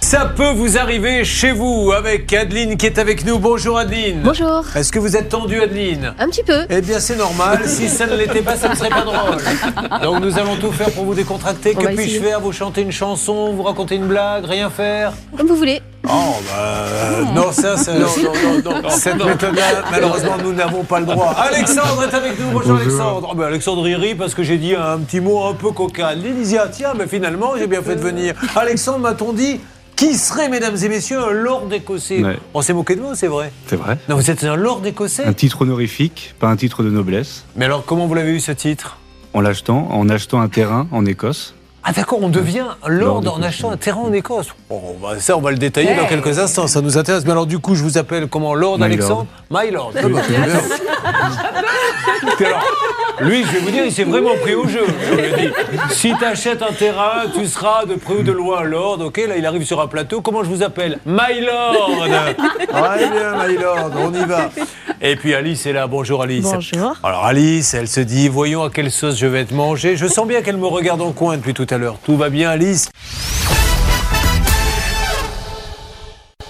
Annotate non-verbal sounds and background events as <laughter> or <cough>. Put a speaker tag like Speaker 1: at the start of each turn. Speaker 1: Ça peut vous arriver chez vous avec Adeline qui est avec nous. Bonjour Adeline.
Speaker 2: Bonjour.
Speaker 1: Est-ce que vous êtes tendue Adeline
Speaker 2: Un petit peu.
Speaker 1: Eh bien c'est normal, si ça ne l'était pas, ça ne serait pas drôle. Donc nous allons tout faire pour vous décontracter.
Speaker 2: On
Speaker 1: que
Speaker 2: va
Speaker 1: puis-je
Speaker 2: essayer.
Speaker 1: faire Vous chanter une chanson, vous raconter une blague, rien faire
Speaker 2: Comme vous voulez.
Speaker 1: Oh, bah, euh, non, ça, ça, non, non, non, non. Cette méthode-là, malheureusement, nous n'avons pas le droit. <laughs> Alexandre est avec nous. Bonjour, Alexandre. Oh, bah, Alexandre, il rit parce que j'ai dit un petit mot un peu coquin. L'Élysée, tiens, mais finalement, j'ai bien fait de venir. Alexandre, m'a-t-on dit, qui serait, mesdames et messieurs, un lord écossais
Speaker 3: Ouais.
Speaker 1: On s'est moqué de vous, c'est vrai
Speaker 3: C'est vrai.
Speaker 1: Non, vous êtes un lord écossais
Speaker 3: Un titre honorifique, pas un titre de noblesse.
Speaker 1: Mais alors, comment vous l'avez eu, ce titre
Speaker 3: En l'achetant, en achetant un terrain en Écosse.
Speaker 1: Ah d'accord, on devient lord
Speaker 3: Lord
Speaker 1: en
Speaker 3: écossais.
Speaker 1: achetant un terrain en Écosse. Bon, bah, ça, on va le détailler dans quelques instants, ça nous intéresse. Mais alors du coup, je vous appelle comment Lord
Speaker 3: My
Speaker 1: Alexandre My lord. Ah, bah, Puis alors, lui, je vais vous dire, il s'est vraiment pris au jeu. Je vous le dis. Si t'achètes un terrain, tu seras de près ou de loin lord. Ok, là, il arrive sur un plateau. Comment je vous appelle My lord. Ah, eh bien, my lord, on y va. Et puis Alice est là. Bonjour Alice.
Speaker 2: Bonjour.
Speaker 1: Alors Alice, elle se dit, voyons à quelle sauce je vais être mangée. Je sens bien qu'elle me regarde en coin depuis tout à l'heure. Tout va bien Alice